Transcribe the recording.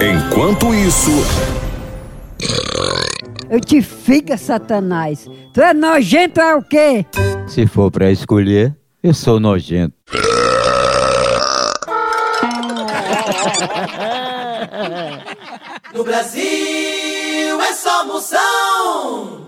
Enquanto isso. Eu te fica, Satanás. Tu é nojento é o quê? Se for pra escolher, eu sou nojento. No Brasil é só moção.